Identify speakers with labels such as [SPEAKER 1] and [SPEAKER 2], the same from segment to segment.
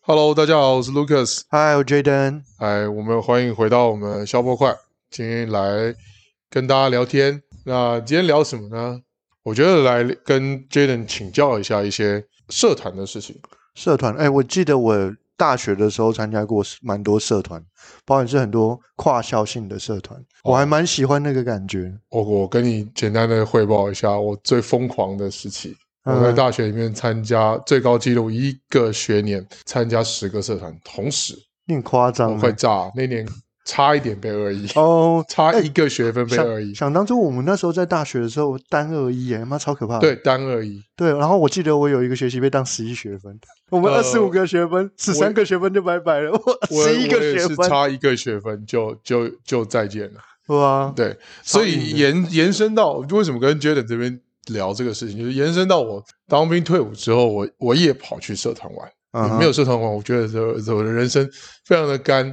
[SPEAKER 1] Hello，大家好，我是 Lucas。
[SPEAKER 2] 嗨，我 Jaden。
[SPEAKER 1] 哎，我们欢迎回到我们消波快，今天来跟大家聊天。那今天聊什么呢？我觉得来跟 Jaden 请教一下一些社团的事情。
[SPEAKER 2] 社团，哎，我记得我大学的时候参加过蛮多社团，包含是很多跨校性的社团，我
[SPEAKER 1] 哦
[SPEAKER 2] 还蛮喜欢那个感觉。
[SPEAKER 1] 我我跟你简单的汇报一下我最疯狂的时期。我在
[SPEAKER 2] 嗯
[SPEAKER 1] 大学里面参加最高纪录，一个学年参加十个社团，同时
[SPEAKER 2] 有点夸张
[SPEAKER 1] 我
[SPEAKER 2] 了
[SPEAKER 1] 快炸，那年差一点被二一，
[SPEAKER 2] 哦。哎
[SPEAKER 1] 差一个学分被二一
[SPEAKER 2] 想，想当初我们那时候在大学的时候单二一，哎妈超可怕的。
[SPEAKER 1] 对，单二一，
[SPEAKER 2] 对，然后我记得我有一个学期被当十一学分，我们
[SPEAKER 1] 呃
[SPEAKER 2] 二十五个学分，十三个学分就拜拜了，
[SPEAKER 1] 我
[SPEAKER 2] 十一
[SPEAKER 1] 我
[SPEAKER 2] 个
[SPEAKER 1] 也
[SPEAKER 2] 学
[SPEAKER 1] 是
[SPEAKER 2] 分，
[SPEAKER 1] 差一个学分就就就再见了。
[SPEAKER 2] 哇，
[SPEAKER 1] 对，所以
[SPEAKER 2] 硬的
[SPEAKER 1] 延延伸到为什么跟 Jaden 这边聊这个事情，就是延伸到我当兵退伍之后，我我也跑去社团玩。
[SPEAKER 2] 嗯哼
[SPEAKER 1] 没有社团玩，我觉得这我的人生非常的干，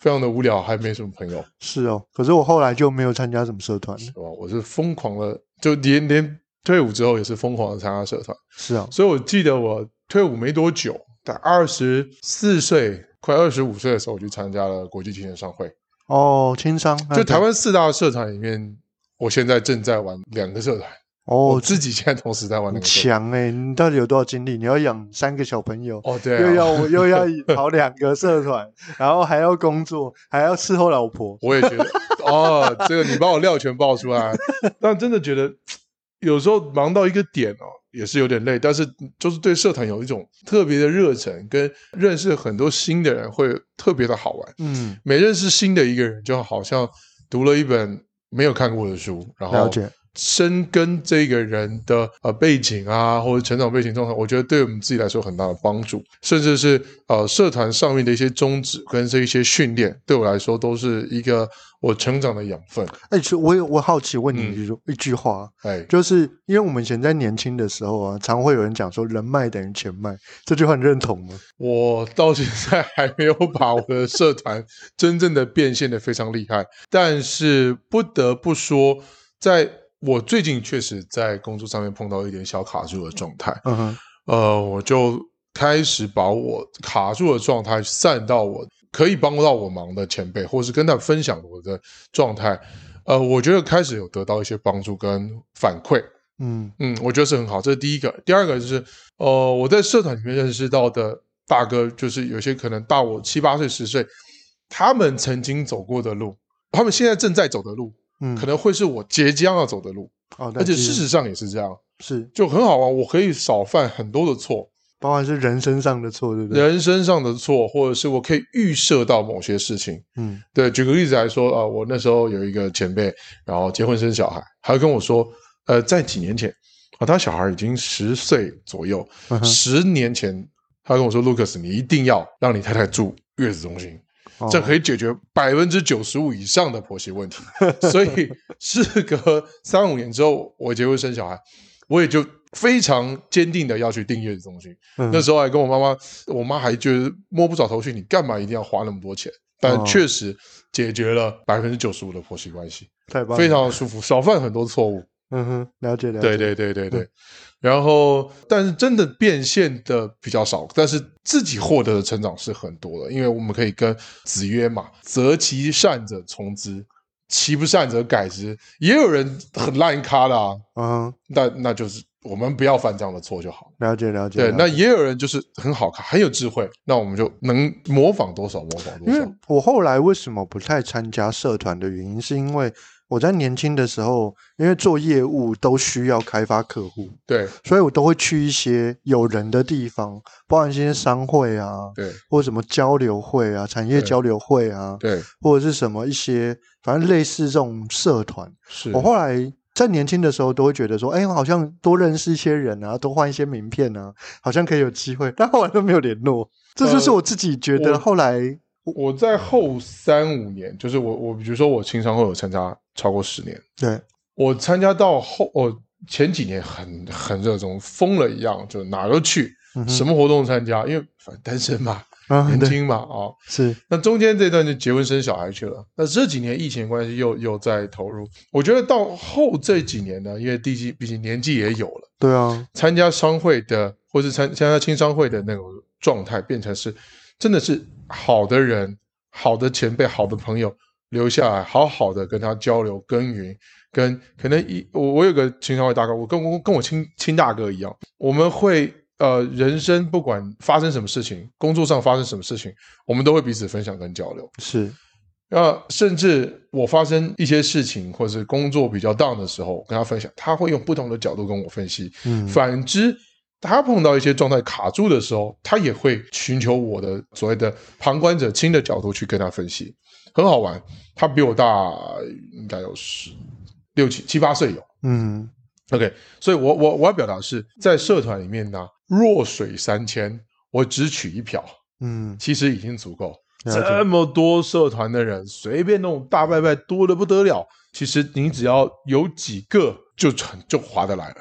[SPEAKER 1] 非常的无聊，还没什么朋友，
[SPEAKER 2] 是哦。可是我后来就没有参加什么社团了，
[SPEAKER 1] 对吧？我是疯狂的，就连连退伍之后也是疯狂的参加社团。
[SPEAKER 2] 是哦，
[SPEAKER 1] 所以我记得我退伍没多久，在二十四岁。快二十五岁的时候，我去参加了国际青年商会。
[SPEAKER 2] 哦，轻商
[SPEAKER 1] 就台湾四大社团里面，我现在正在玩两个社团，我
[SPEAKER 2] 哦，
[SPEAKER 1] 自己现在同时在玩
[SPEAKER 2] 很
[SPEAKER 1] 两个社团。
[SPEAKER 2] 强哎、你到底有多少精力？你要养三个小朋友，
[SPEAKER 1] 哦，对、啊，
[SPEAKER 2] 又要 我又要跑两个社团，然后还要工作，还要伺候老婆。
[SPEAKER 1] 我也觉 得，哦，这个你把我料全爆出来，但真的觉得有时候忙到一个点哦，也是有点累，但是就是对社团有一种特别的热忱，跟认识很多新的人会特别的好玩。
[SPEAKER 2] 嗯，
[SPEAKER 1] 每认识新的一个人，就好像读了一本没有看过的书，然后
[SPEAKER 2] 了解。
[SPEAKER 1] 深耕这个人的呃背景啊，或者成长背景状态，我觉得对我们自己来说有很大的帮助，甚至是呃社团上面的一些宗旨跟这一些训练，对我来说都是一个我成长的养分。
[SPEAKER 2] 哎、其实我有我好奇问
[SPEAKER 1] 嗯
[SPEAKER 2] 你一句、一句话，
[SPEAKER 1] 哎，
[SPEAKER 2] 就是因为我们以前在年轻的时候啊，常会有人讲说“人脉等于钱脉”，这句话你认同吗？
[SPEAKER 1] 我到现在还没有把我的社团真正的变现的非常厉害，但是不得不说，在我最近确实在工作上面碰到一点小卡住的状态。
[SPEAKER 2] 嗯哼，
[SPEAKER 1] 呃，我就开始把我卡住的状态散到我可以帮到我忙的前辈，或是跟他分享我的状态。呃，我觉得开始有得到一些帮助跟反馈，
[SPEAKER 2] 嗯，
[SPEAKER 1] 嗯，我觉得是很好，这是第一个。第二个就是，呃，我在社团里面认识到的大哥，就是有些可能大我七八岁、十岁，他们曾经走过的路，他们现在正在走的路，
[SPEAKER 2] 嗯
[SPEAKER 1] 可能会是我即将要走的路，
[SPEAKER 2] 哦，
[SPEAKER 1] 而
[SPEAKER 2] 但
[SPEAKER 1] 且
[SPEAKER 2] 是
[SPEAKER 1] 事实上也是这样，
[SPEAKER 2] 是，
[SPEAKER 1] 就很好啊玩。我可以少犯很多的错，
[SPEAKER 2] 包含是人身上的错，对不对？
[SPEAKER 1] 人身上的错，或者是我可以预设到某些事情。
[SPEAKER 2] 嗯，
[SPEAKER 1] 对，举个例子来说啊、呃我那时候有一个前辈，然后结婚生小孩，还跟我说，呃，在几年前啊、他小孩已经十岁左右，
[SPEAKER 2] 嗯哼
[SPEAKER 1] 十年前他跟我说，Lucas，你一定要让你太太住月子中心，这可
[SPEAKER 2] 以，
[SPEAKER 1] 以解决百分之九十五以上的婆媳问 题。所以事隔三五年之后，我结婚生小孩，我也就非常坚定的要去订月子中心。
[SPEAKER 2] 嗯
[SPEAKER 1] 那时候还跟我妈妈，我妈还觉得摸不着头绪，你干嘛一定要花那么多钱？但
[SPEAKER 2] 哦
[SPEAKER 1] 确实解决了百分之九十五的婆媳关系，
[SPEAKER 2] 太棒了，
[SPEAKER 1] 非常舒服，少犯很多错误。
[SPEAKER 2] 嗯哼，了解了解，嗯
[SPEAKER 1] 对对对对对。然后，但是真的变现的比较少，但是自己获得的成长是很多的，因为我们可以跟子曰嘛，择其善者从之，其不善者改之。也有人很烂咖的啊，
[SPEAKER 2] 嗯哼，
[SPEAKER 1] 那那就是我们不要犯这样的错就好。
[SPEAKER 2] 了解了解。
[SPEAKER 1] 对，
[SPEAKER 2] 了
[SPEAKER 1] 那
[SPEAKER 2] 解
[SPEAKER 1] 也有人就是很好看，很有智慧，那我们就能模仿多少模仿多
[SPEAKER 2] 因
[SPEAKER 1] 少
[SPEAKER 2] 为。嗯我后来为什么不太参加社团的原因，是因为我在年轻的时候，因为做业务都需要开发客户，
[SPEAKER 1] 对
[SPEAKER 2] 所以我都会去一些有人的地方，包含一些商会啊，
[SPEAKER 1] 对
[SPEAKER 2] 或什么交流会啊、产业
[SPEAKER 1] 对
[SPEAKER 2] 交流会啊，
[SPEAKER 1] 对，
[SPEAKER 2] 或者是什么一些，反正类似这种社团。
[SPEAKER 1] 是
[SPEAKER 2] 我后来在年轻的时候都会觉得说，哎，我好像多认识一些人啊，多换一些名片啊，好像可以有机会，但后来都没有联络。这就是
[SPEAKER 1] 呃
[SPEAKER 2] 我自己觉得
[SPEAKER 1] 我
[SPEAKER 2] 后来，
[SPEAKER 1] 我在后三五年，就是我我比如说我青商会有参加超过十年，
[SPEAKER 2] 对，
[SPEAKER 1] 我参加到后我前几年很很热衷，疯了一样，就哪都去，
[SPEAKER 2] 嗯哼
[SPEAKER 1] 什么活动参加，因为反正单身嘛，
[SPEAKER 2] 啊，
[SPEAKER 1] 年
[SPEAKER 2] 对，
[SPEAKER 1] 轻嘛啊、哦
[SPEAKER 2] 是，
[SPEAKER 1] 那中间这段就结婚生小孩去了。那这几年疫情关系又又在投入，我觉得到后这几年呢，因为毕竟毕竟年纪也有了。
[SPEAKER 2] 对啊，
[SPEAKER 1] 参加商会的或是参参加青商会的那种状态，变成是真的是好的人、好的前辈、好的朋友留下来，好好的跟他交流耕耘。跟可能一我我有个青商会大哥，我跟我跟我亲亲大哥一样，我们会呃人生不管发生什么事情，工作上发生什么事情，我们都会彼此分享跟交流。
[SPEAKER 2] 是
[SPEAKER 1] 那甚至我发生一些事情，或是工作比较 down 的时候，我跟他分享，他会用不同的角度跟我分析。
[SPEAKER 2] 嗯
[SPEAKER 1] 反之，他碰到一些状态卡住的时候，他也会寻求我的所谓的旁观者清的角度去跟他分析，很好玩。他比我大，应该有十六七七八岁有。
[SPEAKER 2] 嗯
[SPEAKER 1] OK，所以我我我要表达的是在社团里面呢，弱水三千，我只取一瓢。
[SPEAKER 2] 嗯
[SPEAKER 1] 其实已经足够。
[SPEAKER 2] 了解
[SPEAKER 1] 这么多社团的人，随便那种大拜拜多的不得了。其实你只要有几个就很就划得来了。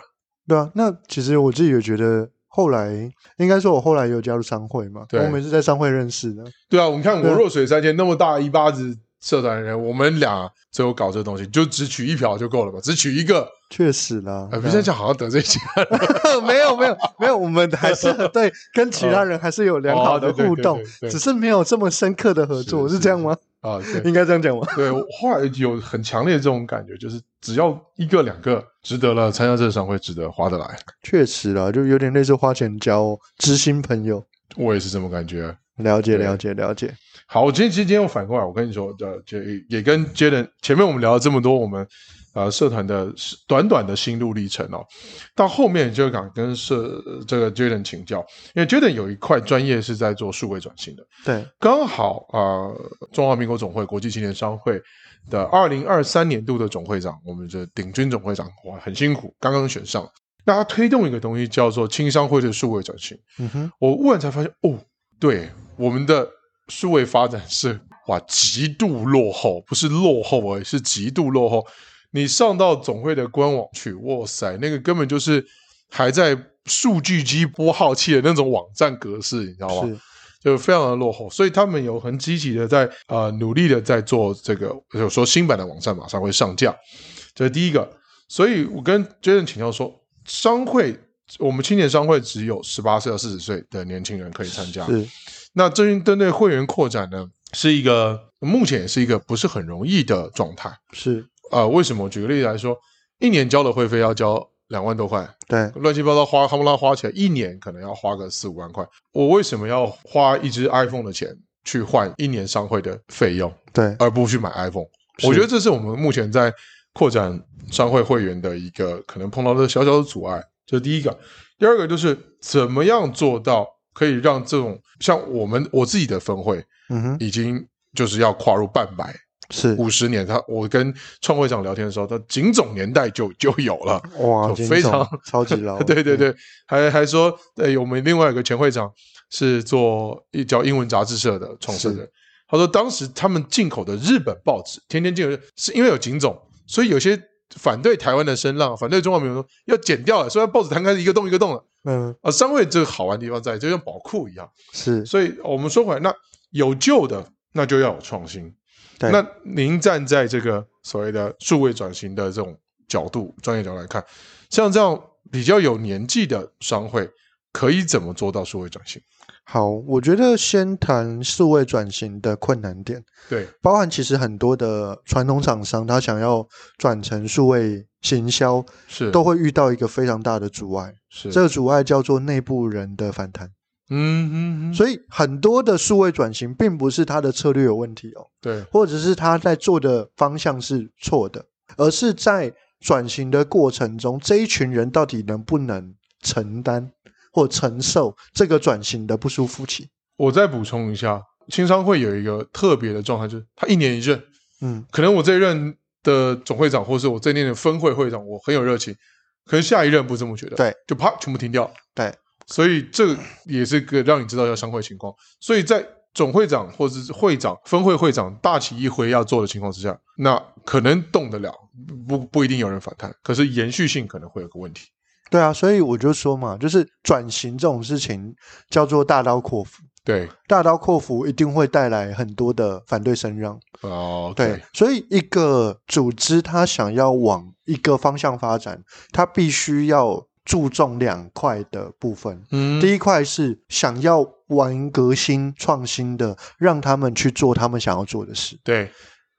[SPEAKER 2] 对啊，那其实我自己也觉得，后来应该说，我后来有加入商会嘛，
[SPEAKER 1] 对
[SPEAKER 2] 我们是在商会认识的，
[SPEAKER 1] 对啊，我看
[SPEAKER 2] 对
[SPEAKER 1] 我弱水三千那么大一巴子社团的人，我们俩最后搞这东西，就只取一瓢就够了吧？只取一个，
[SPEAKER 2] 确实啦。
[SPEAKER 1] 呃，
[SPEAKER 2] 对
[SPEAKER 1] 别
[SPEAKER 2] 啊
[SPEAKER 1] 这样讲，好像得罪 其他人。
[SPEAKER 2] 没有没有没有，我们还 是对跟其他人还是有良好的
[SPEAKER 1] 哦对对
[SPEAKER 2] 互
[SPEAKER 1] 对
[SPEAKER 2] 动
[SPEAKER 1] 对对，对
[SPEAKER 2] 只是没有这么深刻的合
[SPEAKER 1] 是
[SPEAKER 2] 作，是
[SPEAKER 1] 是
[SPEAKER 2] 这样吗？
[SPEAKER 1] 啊，对
[SPEAKER 2] 应该这样 讲吧。
[SPEAKER 1] 对，我后来有很强烈的这种感觉，就是只要一个两个值得了，参加这个商会值得划得来，
[SPEAKER 2] 确实啦，就有点类似花钱交知心朋友。
[SPEAKER 1] 我也是这么感觉。
[SPEAKER 2] 了解
[SPEAKER 1] 对
[SPEAKER 2] 了解了解，
[SPEAKER 1] 好，我今天其实今天我反过来，我跟你说，呃，就也跟 Jaden 前面我们聊了这么多，我们呃社团的短短的心路历程哦，到后面就敢跟社这个 Jaden 请教，因为 Jaden 有一块专业是在做数位转型的，
[SPEAKER 2] 对，
[SPEAKER 1] 刚好啊、呃中华民国总会国际青年商会的二零二三年度的总会长，我们的鼎军总会长，哇，很辛苦，刚刚选上。那他推动一个东西叫做青商会的数位转型，
[SPEAKER 2] 嗯哼，
[SPEAKER 1] 我忽然才发现，哦，对，我们的数位发展是哇极度落后，不是落后而已，是极度落后。你上到总会的官网去，哇塞，那个根本就是还在数据机拨号器的那种网站格式，你知道吗？
[SPEAKER 2] 是，
[SPEAKER 1] 就非常的落后，所以他们有很积极的在呃努力的在做这个，有说新版的网站马上会上架，这是第一个。所以我跟 Jason 请教说，商会我们青年商会只有十八岁到四十岁的年轻人可以参加，
[SPEAKER 2] 是
[SPEAKER 1] 那这运针对会员扩展呢，是一个目前也是一个不是很容易的状态。
[SPEAKER 2] 是，
[SPEAKER 1] 呃，为什么？举个例子来说，一年交的会费要交两万多块，
[SPEAKER 2] 对，
[SPEAKER 1] 乱七八糟花，哈不拉花起来，一年可能要花个四五万块。我为什么要花一只 iPhone 的钱去换一年商会的费用，
[SPEAKER 2] 对，
[SPEAKER 1] 而不去买 iPhone？
[SPEAKER 2] 是
[SPEAKER 1] 我觉得这是我们目前在扩展商会会员的一个可能碰到的小小的阻碍。这是第一个，第二个就是怎么样做到可以让这种像我们我自己的分会
[SPEAKER 2] 嗯哼，
[SPEAKER 1] 已经就是要跨入半百
[SPEAKER 2] 是，
[SPEAKER 1] 五十年，他我跟创会长聊天的时候，他警总年代就就有了。
[SPEAKER 2] 哇，
[SPEAKER 1] 就
[SPEAKER 2] 今天
[SPEAKER 1] 非
[SPEAKER 2] 这种
[SPEAKER 1] 常，
[SPEAKER 2] 超级老
[SPEAKER 1] 对对对，还还说，对我们另外有个前会长是做一叫英文杂志社的创始人，他说当时他们进口的日本报纸，天天进口，是因为有警总，所以有些反对台湾的声浪，反对中华民国要剪掉了，虽然报纸摊开是一个洞一个洞的，
[SPEAKER 2] 嗯，
[SPEAKER 1] 啊，商会这个好玩的地方在，就像宝库一样，
[SPEAKER 2] 是，
[SPEAKER 1] 所以我们说回来，那有旧的，那就要有创新。
[SPEAKER 2] 对
[SPEAKER 1] 那您站在这个所谓的数位转型的这种角度、专业角度来看，像这样比较有年纪的商会，可以怎么做到数位转型？
[SPEAKER 2] 好，我觉得先谈数位转型的困难点，
[SPEAKER 1] 对，
[SPEAKER 2] 包含其实很多的传统厂商，他想要转成数位行销，
[SPEAKER 1] 是
[SPEAKER 2] 都会遇到一个非常大的阻碍，
[SPEAKER 1] 是
[SPEAKER 2] 这个阻碍叫做内部人的反弹。
[SPEAKER 1] 嗯嗯嗯，
[SPEAKER 2] 所以很多的数位转型，并不是他的策略有问题哦，
[SPEAKER 1] 对
[SPEAKER 2] 或者是他在做的方向是错的，而是在转型的过程中，这一群人到底能不能承担或承受这个转型的不舒服期？
[SPEAKER 1] 我再补充一下，青商会有一个特别的状态，就是他一年一任，
[SPEAKER 2] 嗯，
[SPEAKER 1] 可能我这一任的总会长，或是我这一任的分会会长，我很有热情，可是下一任不这么觉得，
[SPEAKER 2] 对，
[SPEAKER 1] 就啪全部停掉，
[SPEAKER 2] 对，
[SPEAKER 1] 所以这个也是个让你知道要商会情况。所以在总会长或者是会长、分会会长大起一挥要做的情况之下，那可能动得了，不不一定有人反弹，可是延续性可能会有个问题。
[SPEAKER 2] 对啊，所以我就说嘛，就是转型这种事情叫做大刀阔斧，
[SPEAKER 1] 对，
[SPEAKER 2] 大刀阔斧一定会带来很多的反对声浪。
[SPEAKER 1] 哦，
[SPEAKER 2] 对，，所以一个组织它想要往一个方向发展，它必须要注重两块的部分。
[SPEAKER 1] 嗯，
[SPEAKER 2] 第一块是想要玩革新、创新的，让他们去做他们想要做的事；
[SPEAKER 1] 对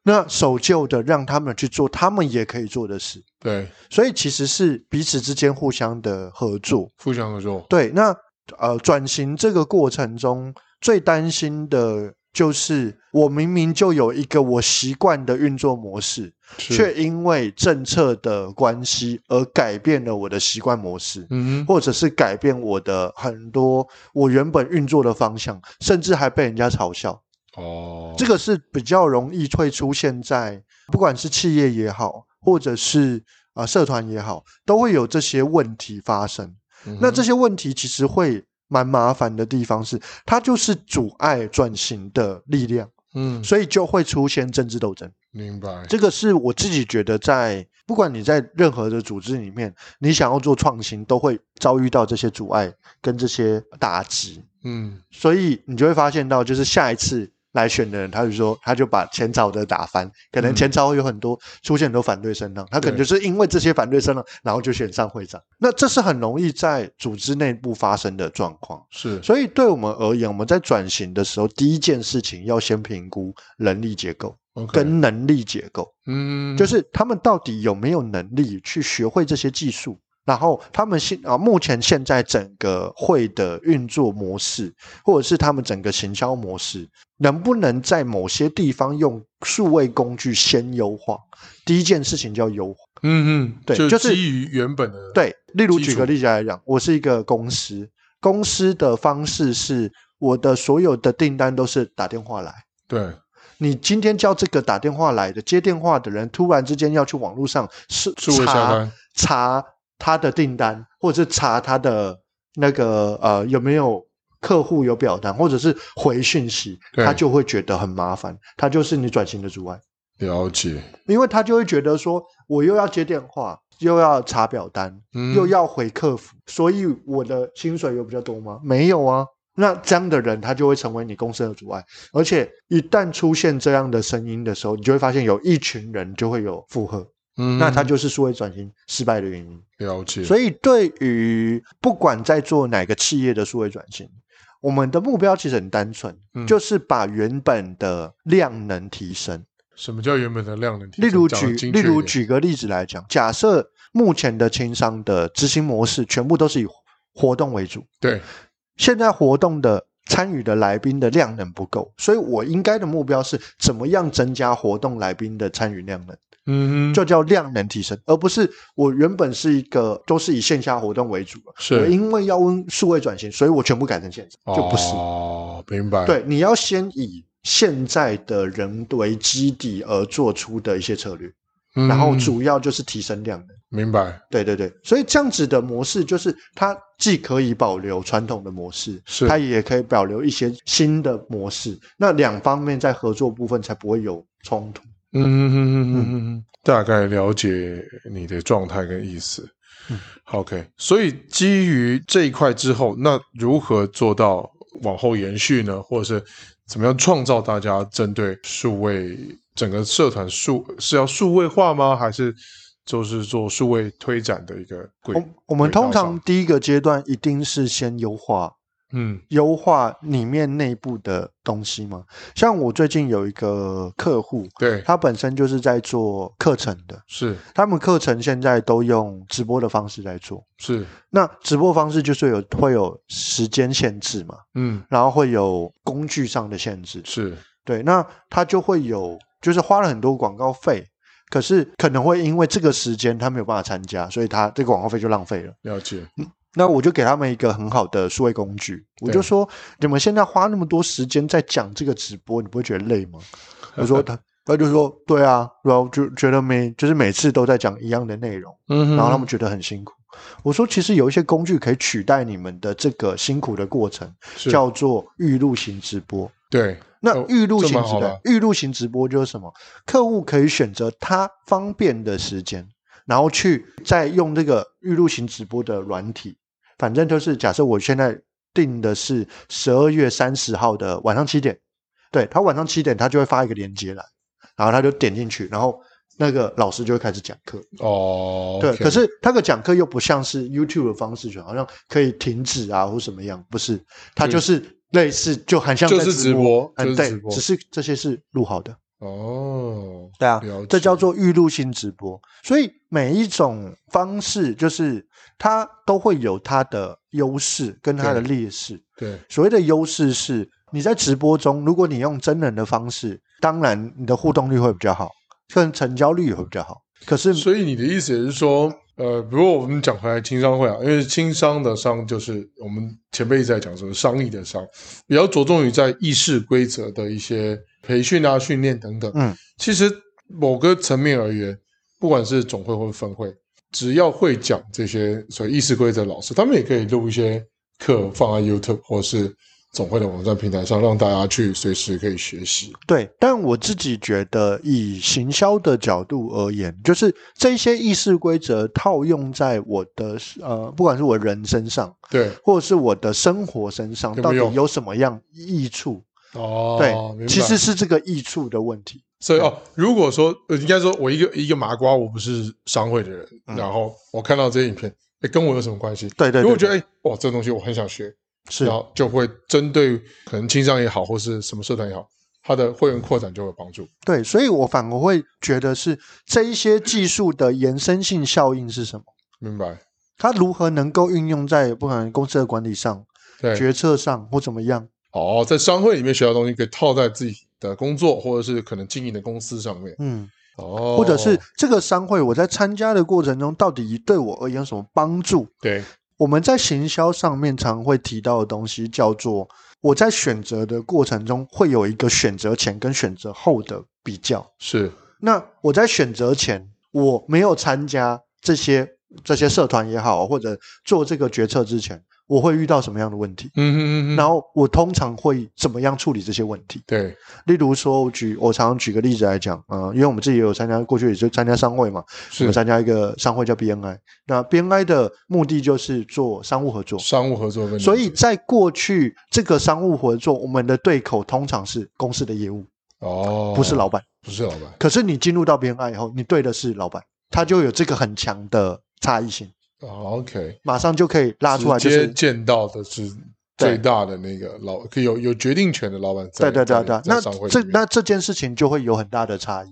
[SPEAKER 2] 那守旧的，让他们去做他们也可以做的事。
[SPEAKER 1] 对，
[SPEAKER 2] 所以其实是彼此之间互相的合作。
[SPEAKER 1] 互相合作，
[SPEAKER 2] 对，那呃，转型这个过程中，最担心的就是我明明就有一个我习惯的运作模式，
[SPEAKER 1] 是
[SPEAKER 2] 却因为政策的关系而改变了我的习惯模式。
[SPEAKER 1] 嗯哼，
[SPEAKER 2] 或者是改变我的很多我原本运作的方向，甚至还被人家嘲笑。
[SPEAKER 1] 哦，
[SPEAKER 2] 这个是比较容易会出现在不管是企业也好，或者是啊、呃社团也好，都会有这些问题发生。
[SPEAKER 1] 嗯哼
[SPEAKER 2] 那这些问题其实会蛮麻烦的地方是，它就是阻碍转型的力量，
[SPEAKER 1] 嗯，
[SPEAKER 2] 所以就会出现政治斗争。
[SPEAKER 1] 明白，
[SPEAKER 2] 这个是我自己觉得在，不管你在任何的组织里面，你想要做创新，都会遭遇到这些阻碍跟这些打击，
[SPEAKER 1] 嗯，
[SPEAKER 2] 所以你就会发现到，就是下一次来选的人，他就说他就把前朝的打翻，可能
[SPEAKER 1] 嗯
[SPEAKER 2] 前朝有很多出现很多反对声浪，他可能
[SPEAKER 1] 对
[SPEAKER 2] 就是因为这些反对声浪，然后就选上会长，那这是很容易在组织内部发生的状况。
[SPEAKER 1] 是
[SPEAKER 2] 所以对我们而言，我们在转型的时候，第一件事情要先评估人力结构
[SPEAKER 1] OK，
[SPEAKER 2] 跟能力结构。
[SPEAKER 1] 嗯，
[SPEAKER 2] 就是他们到底有没有能力去学会这些技术，然后他们现啊，目前现在整个会的运作模式，或者是他们整个行销模式，能不能在某些地方用数位工具先优化？第一件事情叫优化。
[SPEAKER 1] 嗯嗯，
[SPEAKER 2] 对
[SPEAKER 1] 就
[SPEAKER 2] 就是
[SPEAKER 1] 基于原本的，
[SPEAKER 2] 对，例如
[SPEAKER 1] 基
[SPEAKER 2] 举
[SPEAKER 1] 础
[SPEAKER 2] 个例子来讲，我是一个公司，公司的方式是我的所有的订单都是打电话来。
[SPEAKER 1] 对
[SPEAKER 2] 你今天叫这个打电话来的接电话的人，突然之间要去网络上是
[SPEAKER 1] 数位下
[SPEAKER 2] 查
[SPEAKER 1] 单
[SPEAKER 2] 查他的订单，或者是查他的那个呃有没有客户有表单，或者是回讯息，
[SPEAKER 1] 对
[SPEAKER 2] 他就会觉得很麻烦，他就是你转型的阻碍，
[SPEAKER 1] 了解，
[SPEAKER 2] 因为他就会觉得说我又要接电话，又要查表单，
[SPEAKER 1] 嗯，
[SPEAKER 2] 又要回客服，所以我的薪水有比较多吗？没有啊。那这样的人，他就会成为你公司的阻碍。而且一旦出现这样的声音的时候，你就会发现有一群人就会有附和，
[SPEAKER 1] 嗯，
[SPEAKER 2] 那他就是数位转型失败的原因。
[SPEAKER 1] 了解，
[SPEAKER 2] 所以，对于不管在做哪个企业的数位转型，我们的目标其实很单纯，
[SPEAKER 1] 嗯
[SPEAKER 2] 就是把原本的量能提升。
[SPEAKER 1] 什么叫原本的量能提
[SPEAKER 2] 例
[SPEAKER 1] 升？
[SPEAKER 2] 如
[SPEAKER 1] 讲得
[SPEAKER 2] 举
[SPEAKER 1] 精
[SPEAKER 2] 例
[SPEAKER 1] 确
[SPEAKER 2] 如
[SPEAKER 1] 一点，
[SPEAKER 2] 举个例子来讲，假设目前的轻商的执行模式全部都是以活动为主，
[SPEAKER 1] 对，
[SPEAKER 2] 现在活动的参与的来宾的量能不够，所以我应该的目标是怎么样增加活动来宾的参与量能，
[SPEAKER 1] 嗯哼，
[SPEAKER 2] 就叫量能提升，而不是我原本是一个都是以线下活动为主了，我
[SPEAKER 1] 是
[SPEAKER 2] 因为要温数位转型，所以我全部改成线上，就不是。
[SPEAKER 1] 哦，明白，
[SPEAKER 2] 对，你要先以现在的人为基底而做出的一些策略。
[SPEAKER 1] 嗯，
[SPEAKER 2] 然后主要就是提升量能。
[SPEAKER 1] 明白
[SPEAKER 2] 对对对，所以这样子的模式就是它既可以保留传统的模式，
[SPEAKER 1] 是
[SPEAKER 2] 它也可以保留一些新的模式。那两方面在合作部分才不会有冲突。
[SPEAKER 1] 嗯嗯嗯嗯嗯嗯嗯，大概了解你的状态跟意思。
[SPEAKER 2] 嗯
[SPEAKER 1] OK，所以基于这一块之后，那如何做到往后延续呢？或者是怎么样创造大家针对数位整个社团数呃是要数位化吗？还是就是做数位推展的一个轨？
[SPEAKER 2] 我我们
[SPEAKER 1] 轨道
[SPEAKER 2] 通常
[SPEAKER 1] 上
[SPEAKER 2] 第一个阶段一定是先优化。
[SPEAKER 1] 嗯
[SPEAKER 2] 优化里面内部的东西嘛，像我最近有一个客户，
[SPEAKER 1] 对
[SPEAKER 2] 他本身就是在做课程的，
[SPEAKER 1] 是
[SPEAKER 2] 他们课程现在都用直播的方式在做，
[SPEAKER 1] 是
[SPEAKER 2] 那直播方式就是有会有时间限制嘛，
[SPEAKER 1] 嗯
[SPEAKER 2] 然后会有工具上的限制，
[SPEAKER 1] 是
[SPEAKER 2] 对，那它就会有就是花了很多广告费，可是可能会因为这个时间他没有办法参加，所以他这个广告费就浪费了。
[SPEAKER 1] 了解
[SPEAKER 2] 那我就给他们一个很好的数位工具，我就说你们现在花那么多时间在讲这个直播，你不会觉得累吗？我说 他。他就说：“对啊，然后就觉得每就是每次都在讲一样的内容，
[SPEAKER 1] 嗯哼
[SPEAKER 2] 然后他们觉得很辛苦。我说，其实有一些工具可以取代你们的这个辛苦的过程，
[SPEAKER 1] 是
[SPEAKER 2] 叫做预录型直播。
[SPEAKER 1] 对
[SPEAKER 2] 那
[SPEAKER 1] 哦
[SPEAKER 2] 预录
[SPEAKER 1] 这
[SPEAKER 2] 型
[SPEAKER 1] 蛮
[SPEAKER 2] 直
[SPEAKER 1] 好
[SPEAKER 2] 播
[SPEAKER 1] 的，
[SPEAKER 2] 预录型直播就是什么？客户可以选择他方便的时间，然后去再用这个预录型直播的软体。反正就是假设我现在定的是十二月三十号的晚上七点，对他晚上七点他就会发一个链接来，然后他就点进去，然后那个老师就会开始讲课。
[SPEAKER 1] 哦，
[SPEAKER 2] 对
[SPEAKER 1] OK
[SPEAKER 2] 可是他的讲课又不像是 YouTube 的方式，就好像可以停止啊或什么样，不是，他就是类似就很像
[SPEAKER 1] 就是
[SPEAKER 2] 在
[SPEAKER 1] 直
[SPEAKER 2] 播
[SPEAKER 1] 播，就是直
[SPEAKER 2] 嗯，对，
[SPEAKER 1] 播
[SPEAKER 2] 只是这些是录好的，
[SPEAKER 1] 哦，
[SPEAKER 2] 对啊
[SPEAKER 1] 了解，
[SPEAKER 2] 这叫做预录性直播。所以每一种方式就是它都会有它的优势跟它的劣势。
[SPEAKER 1] 对，
[SPEAKER 2] 所谓的优势是你在直播中，如果你用真人的方式，当然你的互动率会比较好，跟成交率也会比较好。可是
[SPEAKER 1] 所以你的意思也是说，呃，如果我们讲回来轻商会啊，因为轻商的商就是我们前辈一直在讲说商议的商，比较着重于在议事规则的一些培训啊、训练等等。
[SPEAKER 2] 嗯，
[SPEAKER 1] 其实某个层面而言，不管是总会或分会，只要会讲这些所谓议事规则的老师，他们也可以录一些课放在 YouTube 或是总会的网站平台上，让大家去随时可以学习。
[SPEAKER 2] 对，但我自己觉得，以行销的角度而言，就是这些议事规则套用在我的呃，不管是我人身上，
[SPEAKER 1] 对，
[SPEAKER 2] 或者是我的生活身上，
[SPEAKER 1] 有没
[SPEAKER 2] 到底
[SPEAKER 1] 有
[SPEAKER 2] 有什么样益处？
[SPEAKER 1] 哦，明白
[SPEAKER 2] 对，其实是这个益处的问题。
[SPEAKER 1] 所以哦，如果说呃应该说，我一个一个麻瓜，我不是商会的人，
[SPEAKER 2] 嗯
[SPEAKER 1] 然后我看到这些影片，哎，跟我有什么关系？
[SPEAKER 2] 对对
[SPEAKER 1] 如果
[SPEAKER 2] 对
[SPEAKER 1] 觉得
[SPEAKER 2] 对，
[SPEAKER 1] 哎，哇，这个东西我很想学，
[SPEAKER 2] 是
[SPEAKER 1] 然后就会针对可能青商也好，或是什么社团也好，它的会员扩展就有帮助。
[SPEAKER 2] 对，所以我反而会觉得是这一些技术的延伸性效应是什么？
[SPEAKER 1] 明白？
[SPEAKER 2] 它如何能够运用在不管公司的管理上、
[SPEAKER 1] 对，
[SPEAKER 2] 决策上或怎么样？
[SPEAKER 1] 哦，在商会里面学到的东西，可以套在自己的工作或者是可能经营的公司上面。
[SPEAKER 2] 嗯，
[SPEAKER 1] 哦，
[SPEAKER 2] 或者是这个商会我在参加的过程中，到底对我而言有什么帮助？
[SPEAKER 1] 对，
[SPEAKER 2] 我们在行销上面常会提到的东西，叫做我在选择的过程中会有一个选择前跟选择后的比较。
[SPEAKER 1] 是
[SPEAKER 2] 那我在选择前，我没有参加这些这些社团也好，或者做这个决策之前，我会遇到什么样的问题？
[SPEAKER 1] 嗯哼嗯嗯，
[SPEAKER 2] 然后我通常会怎么样处理这些问题？
[SPEAKER 1] 对
[SPEAKER 2] 例如说，我举我常常举个例子来讲，呃，因为我们自己也有参加，过去也就参加商会嘛，我
[SPEAKER 1] 是
[SPEAKER 2] 们参加一个商会叫 BNI，那 BNI 的目的就是做商务合作，
[SPEAKER 1] 商务合作跟
[SPEAKER 2] 所以在过去这个商务合作，我们的对口通常是公司的业务，
[SPEAKER 1] 哦，
[SPEAKER 2] 不是老板。
[SPEAKER 1] 不是老板
[SPEAKER 2] 可是你进入到 BNI 以后，你对的是老板，他就有这个很强的差异性，
[SPEAKER 1] 哦，OK。
[SPEAKER 2] 马上就可以拉出来，
[SPEAKER 1] 直
[SPEAKER 2] 就
[SPEAKER 1] 接
[SPEAKER 2] 是
[SPEAKER 1] 见到的是最大的那个老可以有有决定权的老板在
[SPEAKER 2] 对对对对
[SPEAKER 1] 在，
[SPEAKER 2] 那
[SPEAKER 1] 在商会
[SPEAKER 2] 这
[SPEAKER 1] 里面
[SPEAKER 2] 那这件事情就会有很大的差异。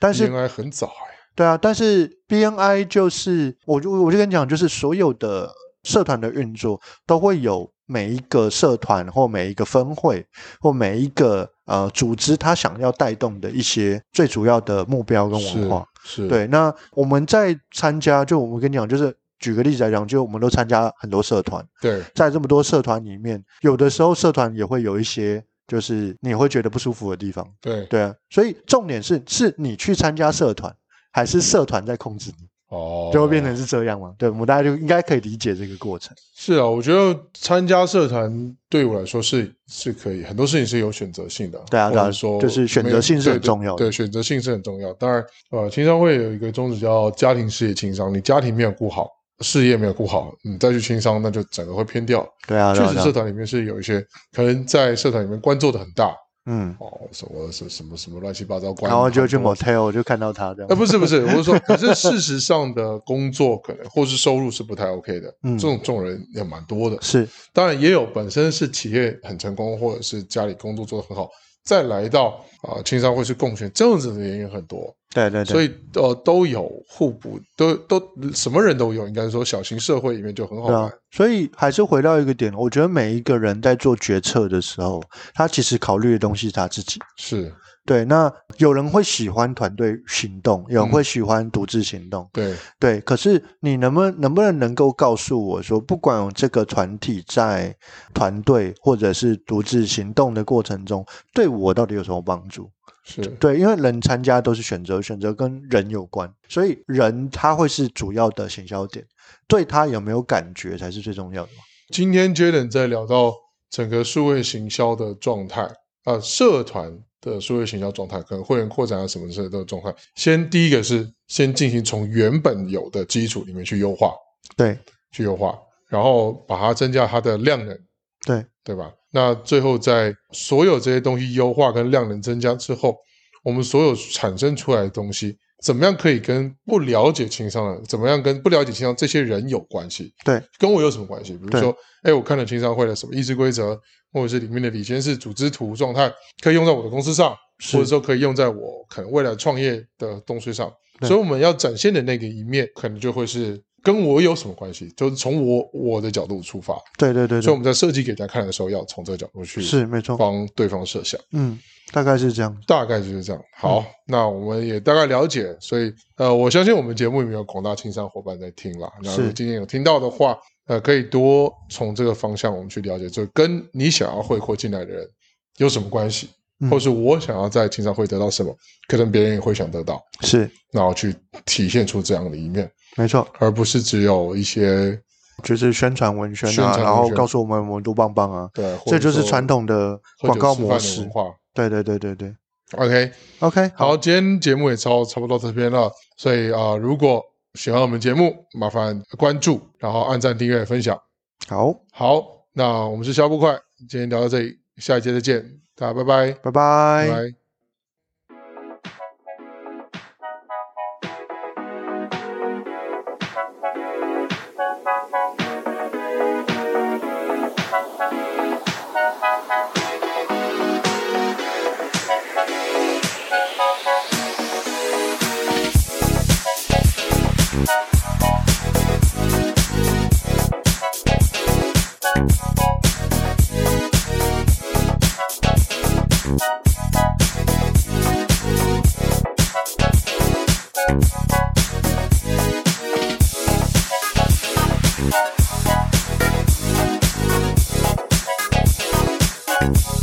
[SPEAKER 2] 但是
[SPEAKER 1] 原来很早哎、
[SPEAKER 2] 对啊，但是 BNI 就是，我就我就跟你讲，就是所有的社团的运作都会有每一个社团或每一个分会或每一个呃组织，它想要带动的一些最主要的目标跟文化。
[SPEAKER 1] 是，是，
[SPEAKER 2] 对，那我们在参加，就我们跟你讲，就是举个例子来讲，就我们都参加很多社团，
[SPEAKER 1] 对
[SPEAKER 2] 在这么多社团里面，有的时候社团也会有一些就是你会觉得不舒服的地方。
[SPEAKER 1] 对
[SPEAKER 2] 对啊，所以重点是，是你去参加社团，还是社团在控制你，
[SPEAKER 1] 哦，
[SPEAKER 2] 就会变成是这样嘛？对，我们大家就应该可以理解这个过程。
[SPEAKER 1] 是啊。我觉得参加社团对我来说是是可以，很多事情是有选择性的，
[SPEAKER 2] 对啊
[SPEAKER 1] 或
[SPEAKER 2] 对啊
[SPEAKER 1] 者说
[SPEAKER 2] 就是选择性是
[SPEAKER 1] 没有对
[SPEAKER 2] 很
[SPEAKER 1] 对
[SPEAKER 2] 重要的
[SPEAKER 1] 对，选择性是很重要。当然，呃，青商会有一个宗旨叫家庭事业轻商，你家庭没有顾好，事业没有顾好，你再去轻商，那就整个会偏掉。
[SPEAKER 2] 对啊，对
[SPEAKER 1] 确
[SPEAKER 2] 啊
[SPEAKER 1] 实，
[SPEAKER 2] 对啊
[SPEAKER 1] 社团里面是有一些可能在社团里面官做的很大，
[SPEAKER 2] 嗯，
[SPEAKER 1] 哦，什么什什么什么乱七八糟关，
[SPEAKER 2] 然后就去
[SPEAKER 1] 某，
[SPEAKER 2] motel 就看到他这
[SPEAKER 1] 呃，
[SPEAKER 2] 样，
[SPEAKER 1] 不是不是，我是说， 可是事实上的工作可能或是收入是不太 OK 的，
[SPEAKER 2] 嗯
[SPEAKER 1] 这种这种人也蛮多的。
[SPEAKER 2] 是
[SPEAKER 1] 当然也有本身是企业很成功，或者是家里工作做得很好，再来到啊青商会去贡献，这样子的人也很多，
[SPEAKER 2] 对对对，
[SPEAKER 1] 所以呃都有互补，都都什么人都有，应该说小型社会里面就很好
[SPEAKER 2] 对啊
[SPEAKER 1] 玩。，
[SPEAKER 2] 所以还是回到一个点，我觉得每一个人在做决策的时候，他其实考虑的东西是他自己。
[SPEAKER 1] 是
[SPEAKER 2] 对，那有人会喜欢团队行动，有
[SPEAKER 1] 嗯
[SPEAKER 2] 人会喜欢独自行动，
[SPEAKER 1] 对，
[SPEAKER 2] 对，可是你能不能能不能能够告诉我说，不管这个团体在团队或者是独自行动的过程中，对我到底有什么帮助？
[SPEAKER 1] 是
[SPEAKER 2] 对，因为人参加都是选择，选择跟人有关，所以人他会是主要的行销点，对他有没有感觉才是最重要的嘛。
[SPEAKER 1] 今天 Jaden 在聊到整个数位行销的状态，啊，社团的数位行销状态，可能会员扩展啊什么之类的状态。先第一个是先进行从原本有的基础里面去优化，
[SPEAKER 2] 对
[SPEAKER 1] 去优化，然后把它增加它的量能，
[SPEAKER 2] 对，
[SPEAKER 1] 对吧？那最后在所有这些东西优化跟量能增加之后，我们所有产生出来的东西怎么样可以跟不了解情商的人，怎么样跟不了解情商这些人有关系？
[SPEAKER 2] 对，
[SPEAKER 1] 跟我有什么关系？比如
[SPEAKER 2] 对
[SPEAKER 1] 说，哎，我看了情商会的什么意志规则，或者是里面的领先式组织图状态，可以用在我的公司上，
[SPEAKER 2] 是
[SPEAKER 1] 或者说可以用在我可能未来创业的东西上。
[SPEAKER 2] 对
[SPEAKER 1] 所以我们要展现的那个一面，可能就会是跟我有什么关系，就是从我我的角度出发。
[SPEAKER 2] 对对对
[SPEAKER 1] 所以我们
[SPEAKER 2] 对，
[SPEAKER 1] 在设计给大家看的时候，要从这个角度去
[SPEAKER 2] 是没错，
[SPEAKER 1] 帮对方设想。
[SPEAKER 2] 嗯，大概是这样。
[SPEAKER 1] 大概就是这样。
[SPEAKER 2] 嗯
[SPEAKER 1] 好，那我们也大概了解，所以呃，我相信我们节目里面有广大青商伙伴在听啦。那如果
[SPEAKER 2] 是
[SPEAKER 1] 今天有听到的话，呃，可以多从这个方向我们去了解，就跟你想要会扩进来的人有什么关系，
[SPEAKER 2] 嗯
[SPEAKER 1] 或是我想要在青商会得到什么，可能别人也会想得到，
[SPEAKER 2] 是
[SPEAKER 1] 然后去体现出这样的一面，
[SPEAKER 2] 没错，
[SPEAKER 1] 而不是只有一些
[SPEAKER 2] 就是宣传文宣
[SPEAKER 1] 宣
[SPEAKER 2] 啊，
[SPEAKER 1] 传文
[SPEAKER 2] 然后
[SPEAKER 1] 宣
[SPEAKER 2] 告诉我们我们多棒棒啊，
[SPEAKER 1] 对，或者
[SPEAKER 2] 这就是
[SPEAKER 1] 说
[SPEAKER 2] 传统的广告模
[SPEAKER 1] 喝酒吃饭的文
[SPEAKER 2] 式。
[SPEAKER 1] 化。
[SPEAKER 2] 对对对对对
[SPEAKER 1] OK，
[SPEAKER 2] ，OK，
[SPEAKER 1] 好，今天节目也超差不多到这边了，所以啊、呃如果喜欢我们节目，麻烦关注，然后按赞、订阅、分享。
[SPEAKER 2] 好，
[SPEAKER 1] 好，那我们是小不快，今天聊到这里，下一节再见，大家拜拜，
[SPEAKER 2] 拜拜。
[SPEAKER 1] 拜。
[SPEAKER 3] Thank